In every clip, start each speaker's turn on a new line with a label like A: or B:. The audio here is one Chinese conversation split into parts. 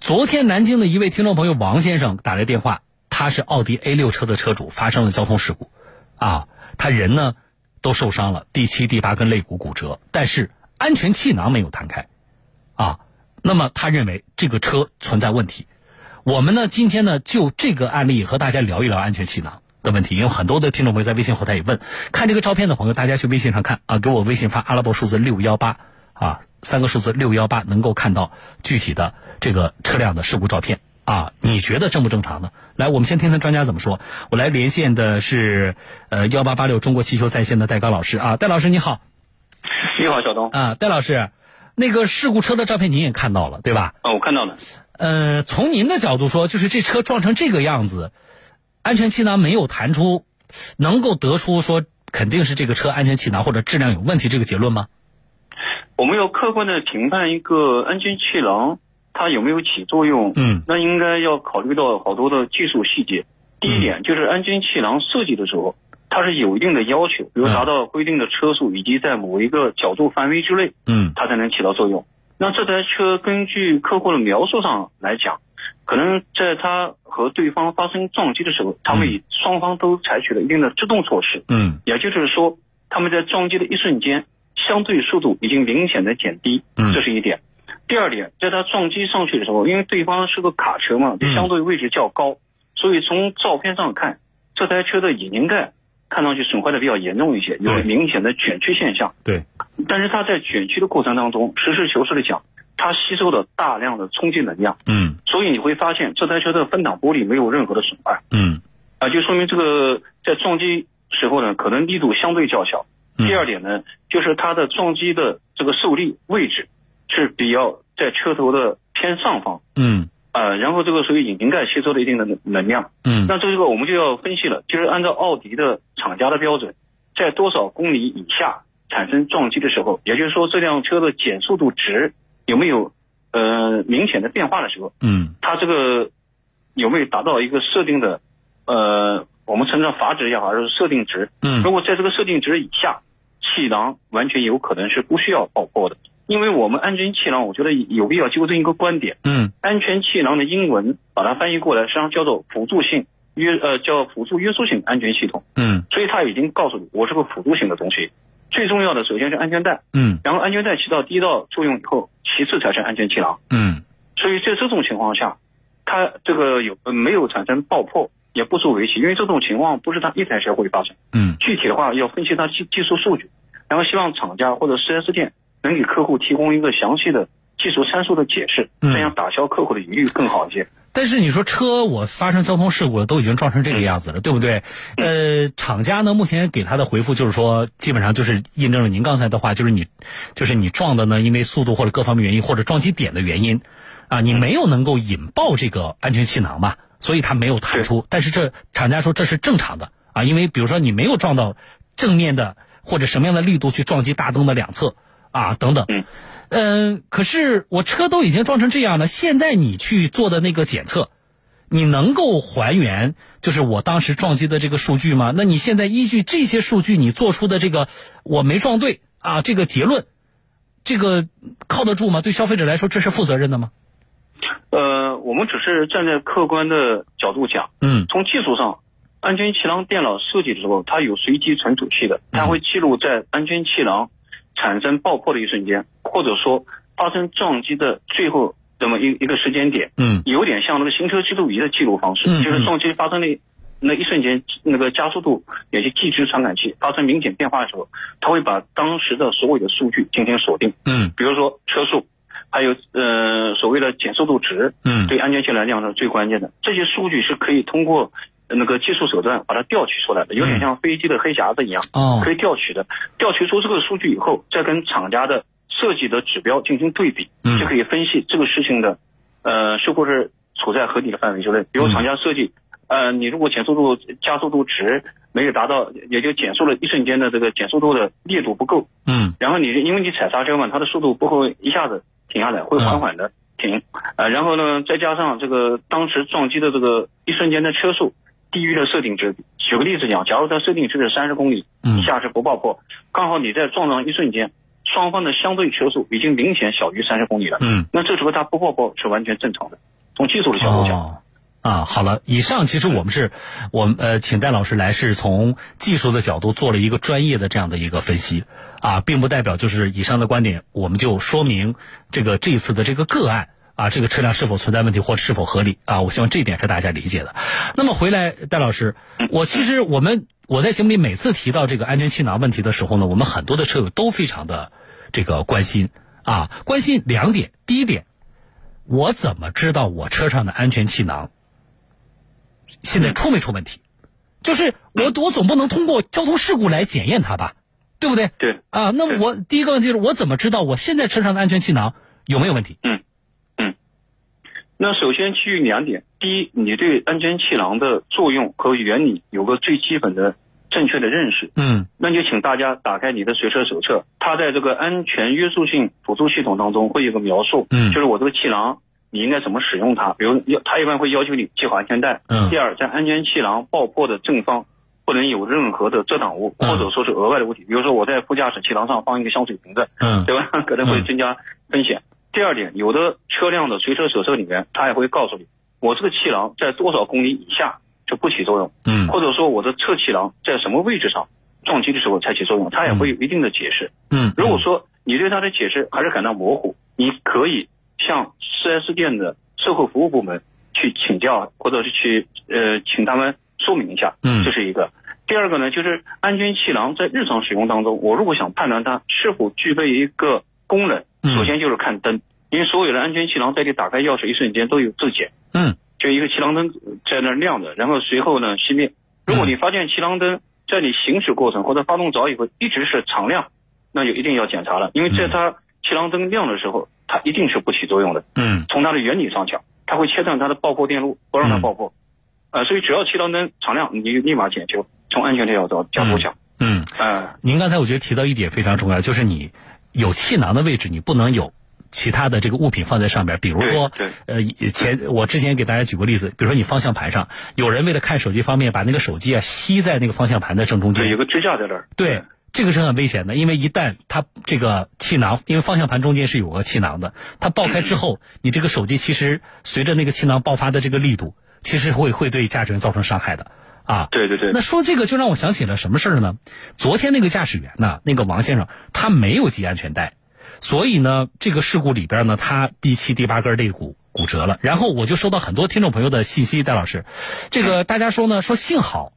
A: 昨天南京的一位听众朋友王先生打来电话，他是奥迪 A 六车的车主，发生了交通事故，啊，他人呢都受伤了，第七、第八根肋骨骨折，但是安全气囊没有弹开，啊，那么他认为这个车存在问题。我们呢，今天呢就这个案例和大家聊一聊安全气囊的问题，因为很多的听众朋友在微信后台也问，看这个照片的朋友，大家去微信上看啊，给我微信发阿拉伯数字六幺八啊，三个数字六幺八，能够看到具体的这个车辆的事故照片啊，你觉得正不正常呢？来，我们先听听专家怎么说。我来连线的是呃幺八八六中国汽修在线的戴刚老师啊，戴老师你好
B: 你好，小东。
A: 啊，戴老师，那个事故车的照片您也看到了对吧？
B: 啊，我看到了。
A: 呃，从您的角度说，就是这车撞成这个样子，安全气囊没有弹出，能够得出说肯定是这个车安全气囊或者质量有问题这个结论吗？
B: 我们要客观的评判一个安全气囊它有没有起作用，
A: 嗯
B: 那应该要考虑到好多的技术细节。第一点就是安全气囊设计的时候，它是有一定的要求，比如
A: 嗯
B: 达到规定的车速以及在某一个角度范围之内，
A: 嗯
B: 它才能起到作用。那这台车根据客户的描述上来讲，可能在他和对方发生撞击的时候，他们以双方都采取了一定的制动措施，
A: 嗯
B: 也就是说，他们在撞击的一瞬间，相对速度已经明显的减低，
A: 嗯
B: 这是一点。第二点，在他撞击上去的时候，因为对方是个卡车嘛
A: 嗯，
B: 相对位置较高，所以从照片上看，这台车的引擎盖看上去损坏的比较严重一些，有
A: 对
B: 明显的卷曲现象。
A: 对，
B: 但是它在卷曲的过程当中，实事求是的讲，它吸收了大量的冲击能量，
A: 嗯
B: 所以你会发现这台车的分挡玻璃没有任何的损坏。
A: 嗯
B: 啊，就说明这个在撞击时候呢，可能力度相对较小。
A: 嗯
B: 第二点呢，就是它的撞击的这个受力位置是比较在车头的偏上方，
A: 嗯
B: 啊，然后这个属于引擎盖吸收了一定的能能量。
A: 嗯
B: 那这个我们就要分析了，就是按照奥迪的厂家的标准，在多少公里以下产生撞击的时候，也就是说这辆车的减速度值有没有呃明显的变化的时候，
A: 嗯
B: 它这个有没有达到一个设定的，呃，我们称之为阀值也好，还是设定值？如
A: 嗯
B: 果在这个设定值以下，气囊完全有可能是不需要爆破的，因为我们安全气囊，我觉得有必要纠正一个观点，
A: 嗯
B: 安全气囊的英文把它翻译过来，实际上叫做辅助性约呃叫辅助约束性安全系统，
A: 嗯
B: 所以它已经告诉你，我是个辅助性的东西。最重要的首先是安全带，
A: 嗯
B: 然后安全带起到第一道作用以后，其次才是安全气囊。
A: 嗯
B: 所以在这种情况下，它这个有呃没有产生爆破也不足为奇，因为这种情况不是它一台车会发生。
A: 嗯
B: 具体的话要分析它技技术数据，然后希望厂家或者 4S 店能给客户提供一个详细的技术参数的解释，
A: 嗯
B: 这样打消客户的疑虑更好一些。
A: 但是你说车我发生交通事故了，都已经撞成这个样子了，对不对？呃，厂家呢目前给他的回复就是说，基本上就是印证了您刚才的话，就是你，就是你撞的呢，因为速度或者各方面原因或者撞击点的原因，啊，你没有能够引爆这个安全气囊吧，所以它没有弹出。但是这厂家说这是正常的啊，因为比如说你没有撞到正面的或者什么样的力度去撞击大灯的两侧啊等等。
B: 嗯
A: 嗯，可是我车都已经撞成这样了，现在你去做的那个检测，你能够还原就是我当时撞击的这个数据吗？那你现在依据这些数据，你做出的这个我没撞对啊这个结论，这个靠得住吗？对消费者来说，这是负责任的吗？
B: 呃，我们只是站在客观的角度讲，
A: 嗯
B: 从技术上，安全气囊电脑设计的时候，它有随机存储器的，它会记录在安全气囊产生爆破的一瞬间，或者说发生撞击的最后这么一一个时间点，
A: 嗯
B: 有点像那个行车记录仪的记录方式，
A: 嗯嗯
B: 就是撞击发生的那一瞬间，那个加速度也是计值传感器发生明显变化的时候，它会把当时的所有的数据进行锁定，
A: 嗯
B: 比如说车速，还有呃所谓的减速度值，
A: 嗯
B: 对安全性来讲是最关键的。这些数据是可以通过呃那个技术手段把它调取出来的，有点像飞机的黑匣子一样，
A: 嗯哦
B: 可以调取的。调取出这个数据以后，再跟厂家的设计的指标进行对比，
A: 嗯
B: 就可以分析这个事情的，呃，是不是处在合理的范围之内。比如
A: 嗯
B: 厂家设计，呃，你如果减速度、加速度值没有达到，也就减速了一瞬间的这个减速度的力度不够，
A: 嗯
B: 然后你因为你踩刹车嘛，它的速度不会一下子停下来，会缓缓的停。呃，然后呢，再加上这个当时撞击的这个一瞬间的车速低于了设定值。举个例子讲，假如它设定值是三十公里以
A: 嗯
B: 下是不爆破，刚好你在撞上一瞬间，双方的相对车速已经明显小于三十公里了，
A: 嗯
B: 那这时候它不爆破是完全正常的。从技术的角度讲，
A: 哦啊，好了，以上其实我们是，我们呃，请戴老师来是从技术的角度做了一个专业的这样的一个分析，啊，并不代表就是以上的观点，我们就说明这个这一次的这个个案啊，这个车辆是否存在问题或是否合理啊，我希望这一点是大家理解的。那么回来，戴老师，我其实我们我在节目里每次提到这个安全气囊问题的时候呢，我们很多的车友都非常的这个关心啊，关心两点，第一点，我怎么知道我车上的安全气囊？现在出没出问题？就是我我总不能通过交通事故来检验它吧，对不对？
B: 对，
A: 啊，那
B: 对
A: 我第一个问题就是我怎么知道我现在车上的安全气囊有没有问题？
B: 那首先基于两点，第一，你对安全气囊的作用和原理有个最基本的正确的认识，
A: 嗯
B: 那就请大家打开你的随车手册，它在这个安全约束性辅助系统当中会有个描述，
A: 嗯
B: 就是我这个气囊你应该怎么使用它，比如要它一般会要求你系好安全带。
A: 嗯
B: 第二，在安全气囊爆破的正方不能有任何的遮挡物
A: 嗯
B: 或者说是额外的物体，比如说我在副驾驶气囊上放一个香水瓶子，
A: 嗯
B: 对吧？可能会
A: 嗯
B: 增加风险。第二点，有的车辆的随车手册里面，它也会告诉你，我这个气囊在多少公里以下就不起作用，
A: 嗯
B: 或者说我的侧气囊在什么位置上撞击的时候才起作用，它也会有一定的解释。
A: 嗯，
B: 如果说你对它的解释还是感到模糊，你可以向 4S 店的售后服务部门去请教，或者是去呃请他们说明一下。
A: 嗯
B: 这是一个。第二个呢，就是安全气囊在日常使用当中，我如果想判断它是否具备一个功能，
A: 嗯
B: 首先就是看灯，因为所有的安全气囊在你打开钥匙一瞬间都有自检，
A: 嗯
B: 就一个气囊灯在那儿亮着，然后随后呢熄灭。如果你发现气囊灯在你行驶过程或者发动着以后一直是常亮，那就一定要检查了，因为在它气囊灯亮的时候，它一定是不起作用的。
A: 嗯
B: 从它的原理上讲，它会切断它的爆破电路，不让它
A: 嗯
B: 爆破。呃，所以只要气囊灯常亮，你就立马检修。从安全角度角度讲，
A: 嗯，
B: 呃，
A: 您刚才我觉得提到一点非常重要，就是你有气囊的位置，你不能有其他的这个物品放在上边，比如说
B: 对对，
A: 呃，以前我之前给大家举过例子，比如说你方向盘上有人为了看手机方便，把那个手机啊吸在那个方向盘的正中间
B: 对，，有个支架在那儿。
A: 对，这个是很危险的，因为一旦它这个气囊，因为方向盘中间是有个气囊的，它爆开之后，你这个手机其实随着那个气囊爆发的这个力度，其实会会对驾驶员造成伤害的啊。
B: 对对对
A: 那，说这个就让我想起了什么事儿呢？昨天那个驾驶员呢，那个王先生，他没有系安全带，所以呢，这个事故里边呢，他第七、第八根肋骨骨折了。然后我就收到很多听众朋友的信息，戴老师，这个大家说呢，说幸好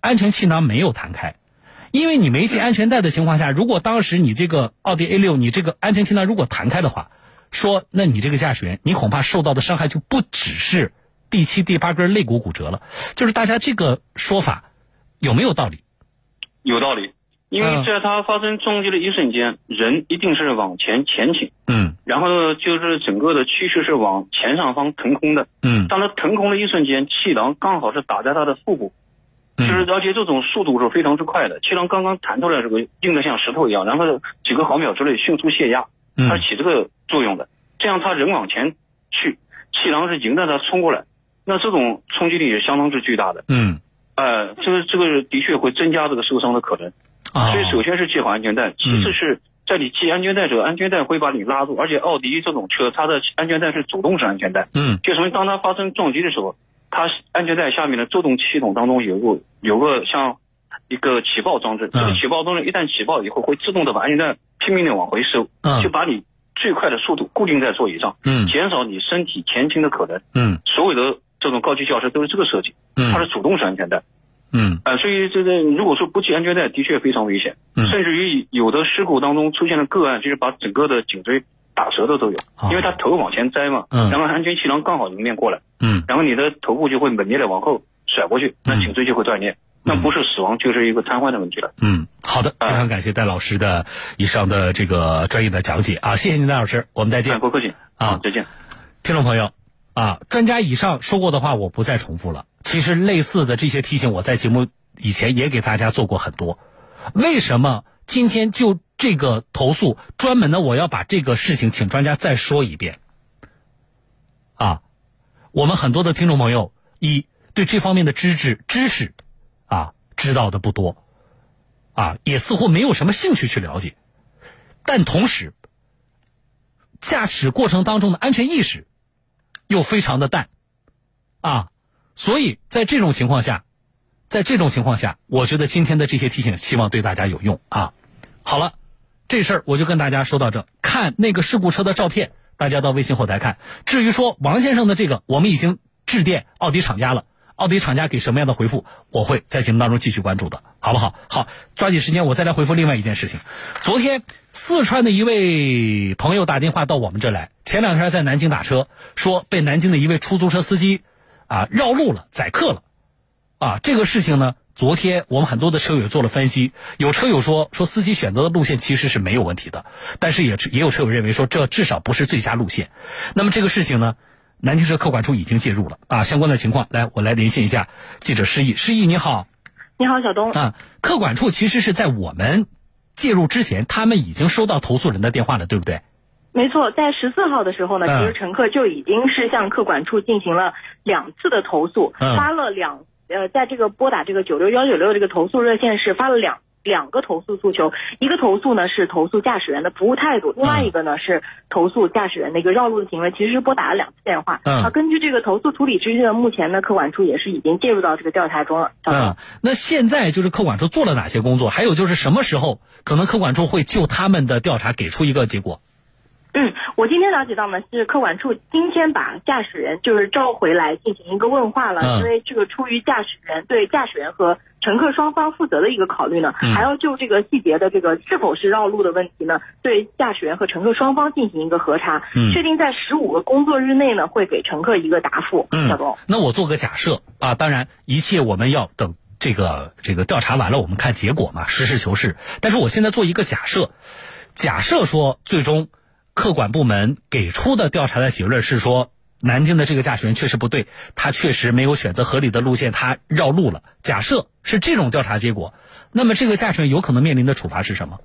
A: 安全气囊没有弹开。因为你没系安全带的情况下，如果当时你这个奥迪 A 六，你这个安全气囊如果弹开的话，说那你这个驾驶员，你恐怕受到的伤害就不只是第七、第八根肋骨骨折了。就是大家这个说法有没有道理？
B: 有道理。因为
A: 嗯
B: 在它发生撞击的一瞬间，人一定是往前前倾，
A: 嗯
B: 然后呢，就是整个的趋势是往前上方腾空的。
A: 嗯
B: 当它腾空的一瞬间，气囊刚好是打在它的腹部，
A: 嗯
B: 就是而且这种速度是非常之快的。气囊刚刚弹出来的时候，硬得像石头一样，然后几个毫秒之内迅速泄压，它
A: 嗯
B: 起这个作用的。这样他人往前去，气囊是迎着他冲过来，那这种冲击力是相当之巨大的。
A: 嗯
B: 呃，这个这个的确会增加这个受伤的可能。
A: 啊
B: 所以首先是系好安全带，其次是在你系安全带的时候，安全带会把你拉住，而且奥迪这种车它的安全带是主动式安全带，
A: 嗯
B: 就说明当它发生撞击的时候，它安全带下面的制动系统当中有个有个像一个起爆装置，这个
A: 嗯
B: 起爆装置一旦起爆以后，会自动的把安全带拼命的往回收，就
A: 嗯
B: 把你最快的速度固定在座椅上，
A: 嗯
B: 减少你身体前倾的可能。
A: 嗯
B: 所有的这种高级轿车都是这个设计，它是主动式安全带。
A: 嗯
B: 呃，所以这个如果说不系安全带，的确非常危险，
A: 嗯
B: 甚至于有的事故当中出现的个案，就是把整个的颈椎打折的都有，
A: 啊
B: 因为他头往前栽嘛，
A: 嗯
B: 然后安全气囊刚好迎面过来，
A: 嗯
B: 然后你的头部就会猛烈的往后甩过去，那
A: 嗯
B: 颈椎就会断裂，那不是死亡就是一个瘫痪的问题了。
A: 嗯，好的，非常感谢戴老师的以上的这个专业的讲解啊，谢谢您，戴老师，我们再见
B: 哎，。不客气，
A: 啊
B: 好再见。
A: 听众朋友啊，专家以上说过的话我不再重复了。其实类似的这些提醒，我在节目以前也给大家做过很多。为什么今天就这个投诉专门的我要把这个事情请专家再说一遍？啊，我们很多的听众朋友，一对这方面的知识知识啊知道的不多，啊也似乎没有什么兴趣去了解，但同时驾驶过程当中的安全意识又非常的淡，啊，所以在这种情况下，在这种情况下，我觉得今天的这些提醒，希望对大家有用啊。好了，这事儿我就跟大家说到这。看那个事故车的照片，大家到微信后台看。至于说王先生的这个，我们已经致电奥迪厂家了，奥迪厂家给什么样的回复，我会在节目当中继续关注的，好不好？好，抓紧时间，我再来回复另外一件事情。昨天四川的一位朋友打电话到我们这来，前两天在南京打车，说被南京的一位出租车司机啊绕路了，宰客了。啊，这个事情呢，昨天我们很多的车友做了分析，有车友说说司机选择的路线其实是没有问题的，但是也也有车友认为说这至少不是最佳路线。那么这个事情呢，南京市客管处已经介入了啊，相关的情况来我来连线一下记者施毅，施毅你好
C: 你好，小东。
A: 啊，客管处其实是在我们介入之前，他们已经收到投诉人的电话了，对不对？
C: 没错，在十四号的时候呢，
A: 嗯
C: 其实乘客就已经是向客管处进行了两次的投诉，
A: 嗯
C: 发了两呃，在这个拨打这个九六幺九六这个投诉热线是发了两。两个投诉诉求，一个投诉呢是投诉驾驶员的服务态度，另
A: 嗯
C: 外一个呢是投诉驾驶员的一个绕路的行为。其实是拨打了两次电话。
A: 嗯
C: 啊，根据这个投诉处理之后呢，目前呢客管处也是已经介入到这个调查中了。小东
A: 嗯，那现在就是客管处做了哪些工作？还有就是什么时候可能客管处会就他们的调查给出一个结果？
C: 嗯，我今天了解到呢，是客管处今天把驾驶人就是召回来进行一个问话了，
A: 嗯
C: 因为这个出于驾驶员对驾驶员和乘客双方负责的一个考虑呢，
A: 嗯
C: 还要就这个细节的这个是否是绕路的问题呢，对驾驶员和乘客双方进行一个核查，
A: 嗯
C: 确定在十五个工作日内呢会给乘客一个答复。
A: 嗯
C: 小东，
A: 那我做个假设啊，当然一切我们要等这个这个调查完了，我们看结果嘛，实事求是。但是我现在做一个假设，假设说最终客管部门给出的调查的结论是说。南京的这个驾驶员确实不对，他确实没有选择合理的路线，他绕路了。假设是这种调查结果，那么这个驾驶员有可能面临的处罚是什么？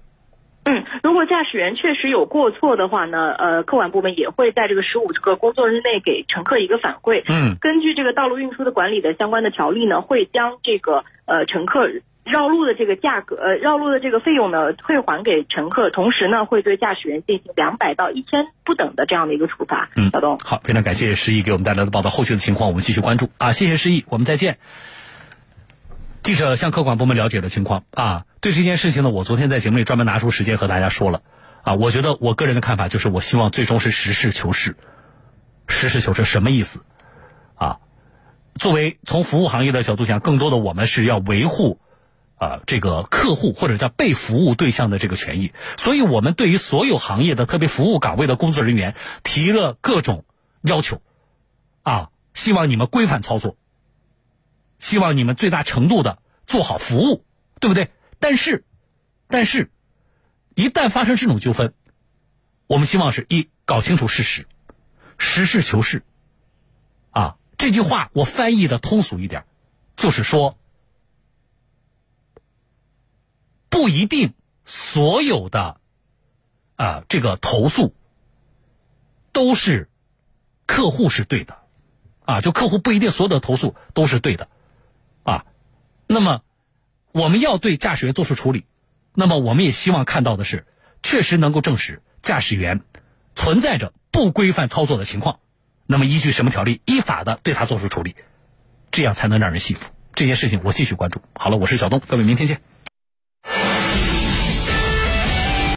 C: 嗯，如果驾驶员确实有过错的话呢，呃，客管部门也会在这个十五个工作日内给乘客一个反馈。
A: 嗯
C: 根据这个道路运输的管理的相关的条例呢，会将这个呃乘客绕路的这个价格呃绕路的这个费用呢退还给乘客，同时呢会对驾驶员进行两百到一千不等的这样的一个处罚。
A: 嗯
C: 小东，
A: 好，非常感谢施毅给我们带来的报道，后续的情况我们继续关注啊，谢谢施毅，我们再见。记者向客管部门了解了情况啊，对这件事情呢，我昨天在节目里专门拿出时间和大家说了啊，我觉得我个人的看法就是，我希望最终是实事求是，实事求是什么意思啊？作为从服务行业的角度讲，更多的我们是要维护啊、这个客户或者叫被服务对象的这个权益，所以我们对于所有行业的特别服务岗位的工作人员提了各种要求，啊，希望你们规范操作，希望你们最大程度的做好服务，对不对？但是，但是，一旦发生这种纠纷，我们希望是一搞清楚事实，实事求是。啊，这句话我翻译的通俗一点，就是说，不一定所有的啊这个投诉都是客户是对的，啊，就客户不一定所有的投诉都是对的，啊，那么我们要对驾驶员做出处理，那么我们也希望看到的是，确实能够证实驾驶员存在着不规范操作的情况，那么依据什么条例，依法的对他做出处理，这样才能让人信服。这件事情我继续关注。好了，我是小东，各位，明天见。